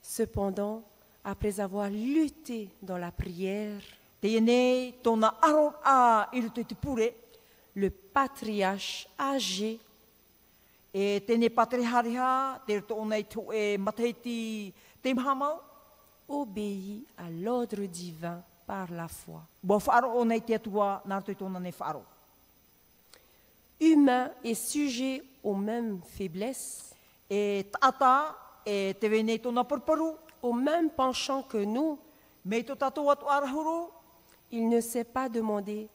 Speaker 1: Cependant, après avoir lutté dans la prière,
Speaker 2: Te e ne tōna aror a i roto i te pure,
Speaker 1: le patriarche âgé
Speaker 2: e tēnei patrihariha, te roto ona i tō e mataiti te mahamau,
Speaker 1: obéit à l'ordre divin par la foi.
Speaker 2: Bua whaaro o nei te atua, nā rātou i tōna nei whaaro.
Speaker 1: Humain et sujet aux mêmes faiblesses,
Speaker 2: E taata, e te wei nei tōna parparu,
Speaker 1: aux mêmes penchants que nous,
Speaker 2: me tō tātou atu arahuru,
Speaker 1: il ne s'est pas demandé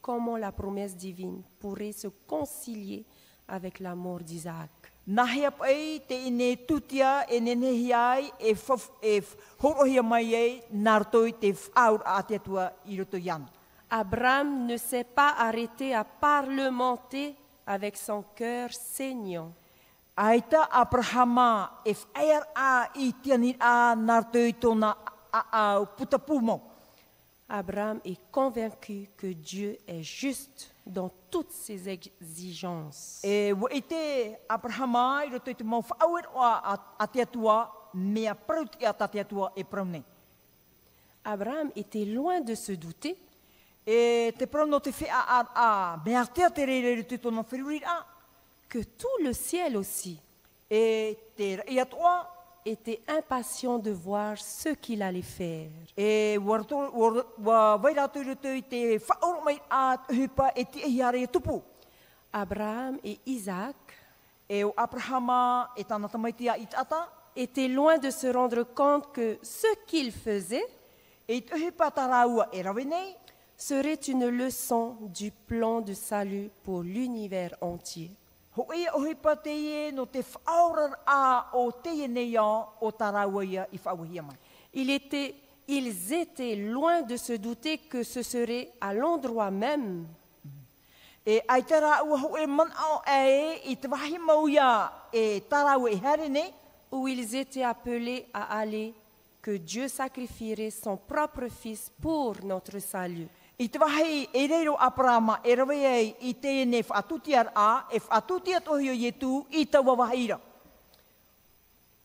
Speaker 1: comment la promesse divine pourrait se concilier avec la mort d'Isaac.
Speaker 2: nā hea pai te ine tutia, e nenehi ai, e, whaf, e f- horohia mai ei, nā rātou i te whaur a te atua i roto iana.
Speaker 1: Abraham ne s'est pas arrêté à parlementer avec son cœur saignant.
Speaker 2: Aita Abrahama, e whaer a i tianir a nā rātou i tōna a au putapumo.
Speaker 1: Abraham est convaincu que Dieu est juste dans toutes ses exigences.
Speaker 2: E wa i te Abrahama i roto i te mau whaauer o a, a te atua, mea parauti a ta te atua e parau nei.
Speaker 1: Abraham était loin de se douter
Speaker 2: E te parau no te whea ar a, mea te a te reire roto i tōna whirurir a,
Speaker 1: que tout le ciel aussi
Speaker 2: e te rei atua,
Speaker 1: était impatient de voir ce qu'il allait faire.
Speaker 2: e wa rato- wa ra- wa vai rato i roto i te whaoro mai a hupa e te ehi are e tupu.
Speaker 1: Abraham et Isaac
Speaker 2: E o Abrahama e tāna tamaitia i tata,
Speaker 1: étaient loin de se rendre compte que ce qu'ils faisaient
Speaker 2: e te hupa taraua e rawe nei,
Speaker 1: serait une leçon du plan de salut pour l'univers entier.
Speaker 2: Ho e o he pateie no te whaorar a o teie nei a o taraua ia i whaauhia mai.
Speaker 1: Il était- ils étaient loin de se douter que ce serait à l'endroit même
Speaker 2: E ai tara ua ho e man ao e i te wahi mau ia e taraua e hare nei,
Speaker 1: où ils étaient appelés à aller, que Dieu sacrifierait son propre Fils pour notre salut.
Speaker 2: i te wahi e reiro aparama e rawe ei i teie nei whaatutiar a e whaatutia tohio i tu i taua wahira.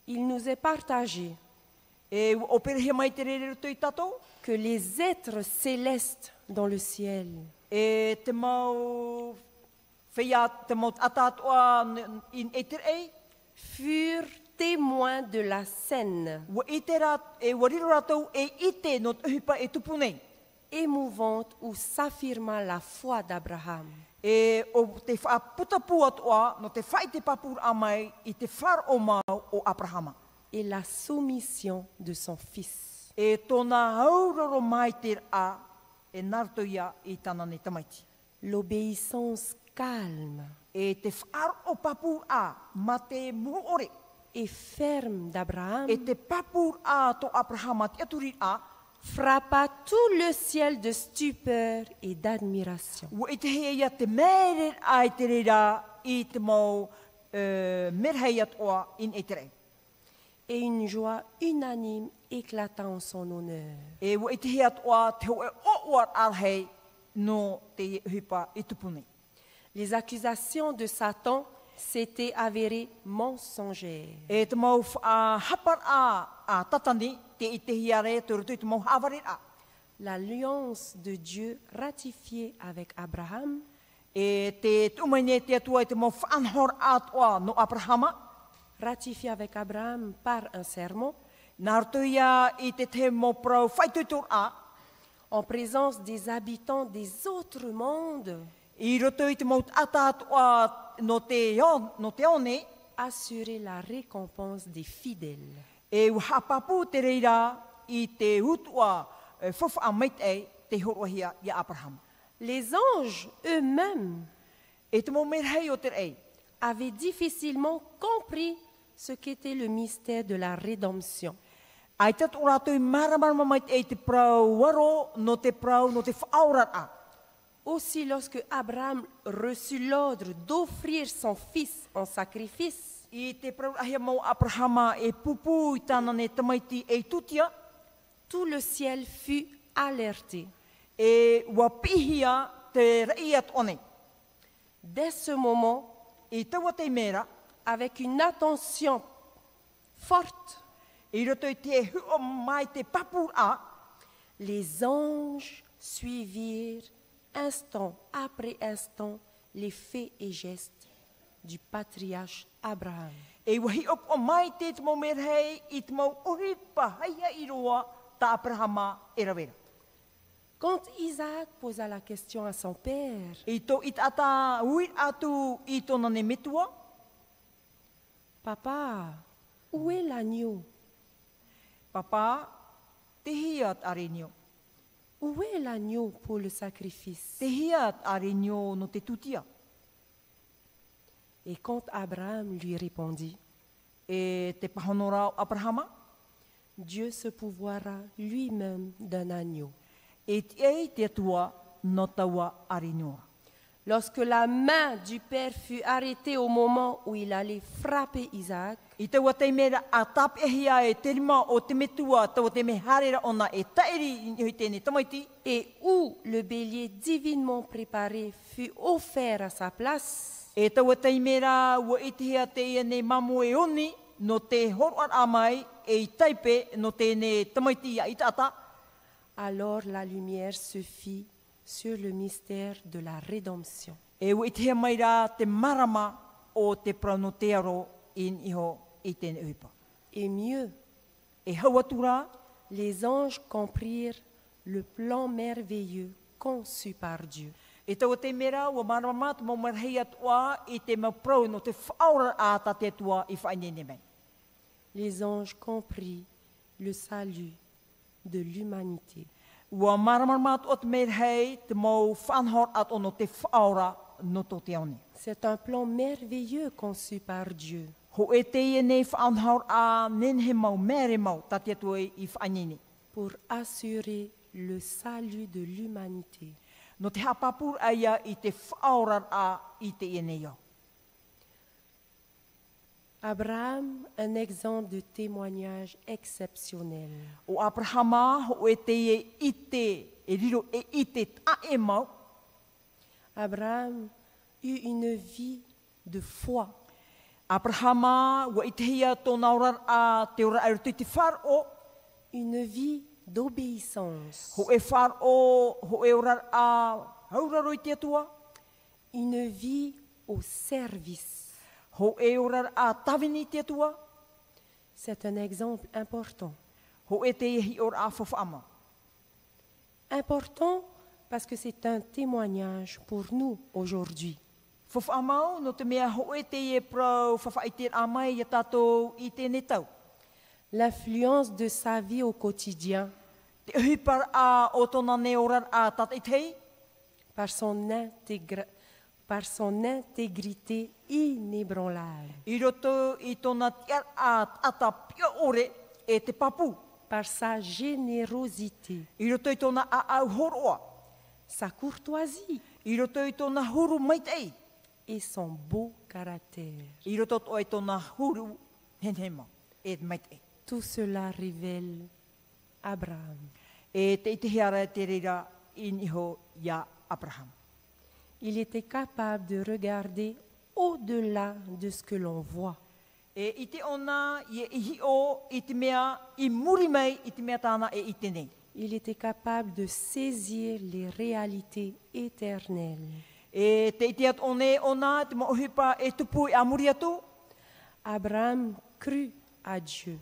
Speaker 1: Il nous est partagé
Speaker 2: E ua o perehe mai te reiro tui tatou,
Speaker 1: que les êtres célestes dans le ciel
Speaker 2: e te mau whia te mau atatoa n- in eter ei,
Speaker 1: furent témoins de la scène
Speaker 2: Wa i te rā, e wa riro rātou e ite no te hupa e tupu nei.
Speaker 1: émouvante où s'affirma la foi d'Abraham.
Speaker 2: E o te whaaputapu atoa no te whai te papur amai i te whar o mau o Abrahama.
Speaker 1: et la soumission de son Fils.
Speaker 2: E tōna hauroro mai te a e narto ia i tāna nei tamaiti.
Speaker 1: L'obéissance calme
Speaker 2: E te whar o papur a ma te muho ore.
Speaker 1: et ferme d'Abraham
Speaker 2: E te papur a tō Abrahama te aturi a
Speaker 1: frappa tout le ciel de stupeur et d'admiration.
Speaker 2: Wa i te hea ia te mere ai te reira i te mau uh, merhei atoa in eterei.
Speaker 1: Et une joie unanime éclata en son honneur.
Speaker 2: E wa i te hea toa te e hoe o oar arhei no te hupa i tupu nei.
Speaker 1: Les accusations de Satan s'étaient avérées mensongères.
Speaker 2: E te mau a hapar a, a tatani te i te hea re te rutu i te mau havarir a.
Speaker 1: L'alliance de Dieu ratifiée avec Abraham
Speaker 2: E te tumaine te atua i te mau whanhor atoa no Abrahama.
Speaker 1: ratifiée avec Abraham par un serment,
Speaker 2: Nā rutu ia i te te mau prau whaitutur a.
Speaker 1: en présence des habitants des autres mondes,
Speaker 2: I rutu i te mau ata atoa no te, on, no te one.
Speaker 1: assurer la récompense des fidèles.
Speaker 2: E u hapapu te reira i te utua e, fofa a mait e te horohia i Abrahama.
Speaker 1: Les anges eux-mêmes
Speaker 2: E te mau merhei o te rei.
Speaker 1: avaient difficilement compris ce qu'était le mystère de la rédemption.
Speaker 2: Ai te ora tui maramara mai e te prau waro no te prau no te whaorat a.
Speaker 1: Aussi lorsque Abraham reçut l'ordre d'offrir son fils en sacrifice,
Speaker 2: I te prau ahia mau Abrahama e pupu i tāna ne tamaiti e tutia,
Speaker 1: tout le ciel fut alerté.
Speaker 2: e wapihia te rei at one.
Speaker 1: Dès ce moment,
Speaker 2: I taua te mera,
Speaker 1: avec une attention forte,
Speaker 2: i roto i te hua mai te papu a,
Speaker 1: les anges suivirent instant après instant les faits et gestes du patriarche Abraham.
Speaker 2: e wahi op o mai te te mau merhei i te mau uri pahaia i roa ta Abrahama e rawera.
Speaker 1: Quand Isaac posa la question à son père,
Speaker 2: I tō i tata uir atu i tōna ne metua,
Speaker 1: Papa, où est l'agneau
Speaker 2: papa, te hiat arenio.
Speaker 1: Où est l'agneau pour le sacrifice
Speaker 2: Te hiat arenio no te tutia.
Speaker 1: Et quand Abraham lui répondit,
Speaker 2: E te pahonora o Abrahama,
Speaker 1: Dieu se pourvoira lui-même d'un agneau.
Speaker 2: e te ei te atua no taua arenioa.
Speaker 1: Lorsque la main du Père fut arrêtée au moment où il allait frapper Isaac,
Speaker 2: I taua te mera a tap e hia e te rima o te metua taua te me harera ona e taeri i tēne tamaiti,
Speaker 1: et où le bélier divinement préparé fut offert à sa place,
Speaker 2: E taua teimera ua itihia te ia nei mamu e oni no te horoar a mai e i taipe no tēnei tamaiti ia i tata.
Speaker 1: alors la lumière se fit sur le mystère de la rédemption.
Speaker 2: E ua itihia mai rā te marama o te prano te aro in iho i tēnei uipa.
Speaker 1: Et mieux,
Speaker 2: E hau atu rā,
Speaker 1: les anges comprirent le plan merveilleux conçu par Dieu.
Speaker 2: e taua teimera ua marama te maumarhei atua i te maprau no te whaora a ta te atua i whainene mai.
Speaker 1: Les anges comprirent le salut de l'humanité.
Speaker 2: Ua marama atua te merhei te mau whanhor at ono te whaora no tō te aone.
Speaker 1: C'est un plan merveilleux conçu par Dieu.
Speaker 2: Ho e te ia nei whaanhaur a nen he mau, mere mau, ta te atua i whaanini.
Speaker 1: pour assurer le salut de l'humanité.
Speaker 2: No te hapapur a ia i te whaorar a i te ia nei au.
Speaker 1: Abraham, un exemple de témoignage exceptionnel.
Speaker 2: O Abrahama, ho e te ia i te, e riro e i te ta e mau,
Speaker 1: Abraham eut une vie de foi.
Speaker 2: Abrahama, wa i te hia tōna orar a te ora aero tui te wharo,
Speaker 1: une vie d'obéissance,
Speaker 2: ho e wharo, ho e orar a hauraro i te atua,
Speaker 1: une vie au service.
Speaker 2: ho e orar a tawini i te atua,
Speaker 1: C'est un exemple important.
Speaker 2: ho e te ia hi ora a whawhaama.
Speaker 1: Important parce que c'est un témoignage pour nous aujourd'hui.
Speaker 2: Whawhaamau, no te mea hoe te e prau, whawhaitir a mai i a tātou i tēnei tau.
Speaker 1: L'influence de sa vie au quotidien
Speaker 2: Te uhipar a o tōna ne orar a tata i tei,
Speaker 1: par son, intégra- par son intégrité inébranlable,
Speaker 2: i roto i tōna tiar a tata pia ore e te papu,
Speaker 1: par sa générosité,
Speaker 2: i roto i tōna a au horoa,
Speaker 1: sa courtoisie
Speaker 2: i roto i tōna huru mai tei,
Speaker 1: et son beau caractère.
Speaker 2: i roto o i tōna huru henhema e mai tei.
Speaker 1: Tout cela révèle Abraham.
Speaker 2: E te i te hiara te reira i niho i a Abraham.
Speaker 1: Il était capable de regarder au-delà de ce que l'on voit.
Speaker 2: E i te ona, i e ihi o, i te mea, i muri mai, i te mea tāna e i te nei.
Speaker 1: Il était capable de saisir les réalités éternelles.
Speaker 2: E te iti at one ona, te mo ohipa e tupu e amuri atu,
Speaker 1: Abraham crut à Dieu.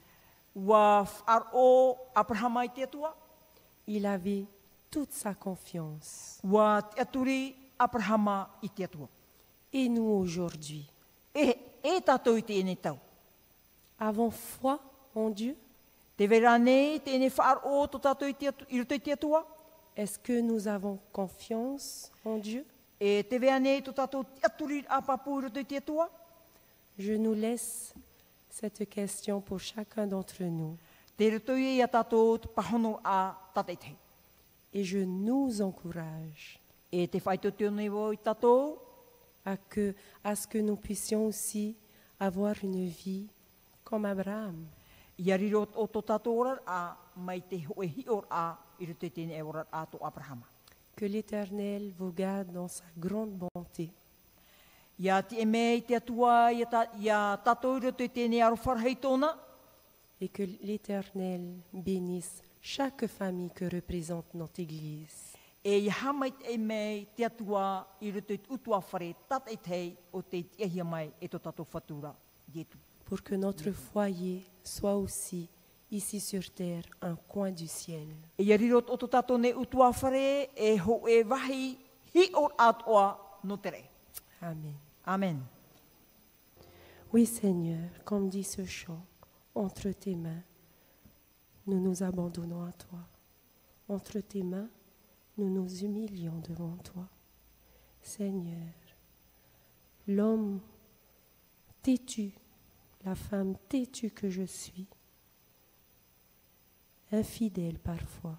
Speaker 2: wa wharo Abrahama i te atua,
Speaker 1: Il avait toute sa confiance.
Speaker 2: wa te aturi Abrahama i te atua.
Speaker 1: Et nous aujourd'hui,
Speaker 2: E, e tātou i te ene tau.
Speaker 1: avons foi en Dieu
Speaker 2: Te vera nei, te ene wharo tō tātou i te atu- i roto i te atua,
Speaker 1: Est-ce que nous avons confiance en Dieu
Speaker 2: e te vera nei tō tātou te aturi a papu i roto i te atua,
Speaker 1: Je nous laisse cette question pour chacun d'entre nous.
Speaker 2: Te re tau e a tātou te pahono a tateitei.
Speaker 1: Et je nous encourage
Speaker 2: E te whaitote nei wau i tātou,
Speaker 1: à, que, à ce que nous puissions aussi avoir une vie comme Abraham,
Speaker 2: i a riro o tō tātou orar a mai te hoe hi or a i rito i tēnei orar a tō Abrahama.
Speaker 1: que l'Éternel vous garde dans sa grande bonté.
Speaker 2: Ia te e mei te atua, ia, ta, ia tātou i rito i tēnei aro wharhei tōna,
Speaker 1: et que l'Éternel bénisse chaque famille que représente notre Église.
Speaker 2: e i hamai te e mei te atua i rito i utua whare tateitei o te tiahia mai e tō tātou whatura, Ietu.
Speaker 1: pour que notre foyer soit aussi, ici sur terre, un coin du ciel.
Speaker 2: E ia riro o tō tātou nei utua whare e ho e wahi hi or atoa no te rei.
Speaker 1: Amen.
Speaker 2: Amen.
Speaker 1: Oui Seigneur, comme dit ce chant, entre tes mains, nous nous abandonnons à toi. Entre tes mains, nous nous humilions devant toi. Seigneur, l'homme têtu, la femme têtue que je suis, infidèle parfois,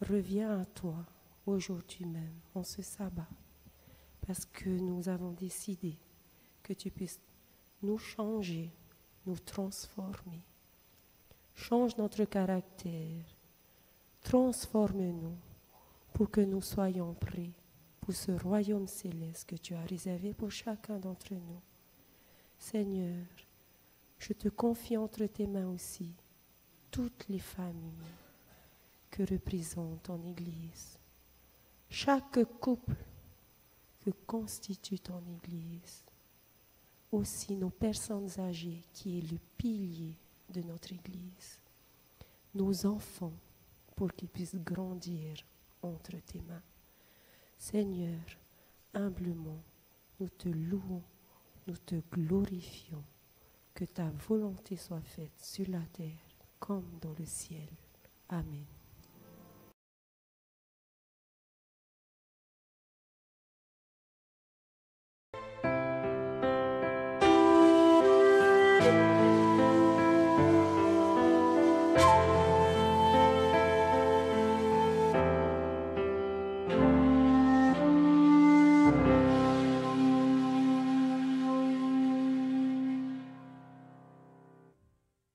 Speaker 1: reviens à toi aujourd'hui même, en ce sabbat parce que nous avons décidé que tu puisses nous changer, nous transformer. Change notre caractère, transforme-nous pour que nous soyons prêts pour ce royaume céleste que tu as réservé pour chacun d'entre nous. Seigneur, je te confie entre tes mains aussi toutes les familles que représente ton Église. Chaque couple que constitue ton Église. Aussi nos personnes âgées, qui est le pilier de notre Église. Nos enfants, pour qu'ils puissent grandir entre tes mains. Seigneur, humblement, nous te louons, nous te glorifions. Que ta volonté soit faite sur la terre comme dans le ciel. Amen.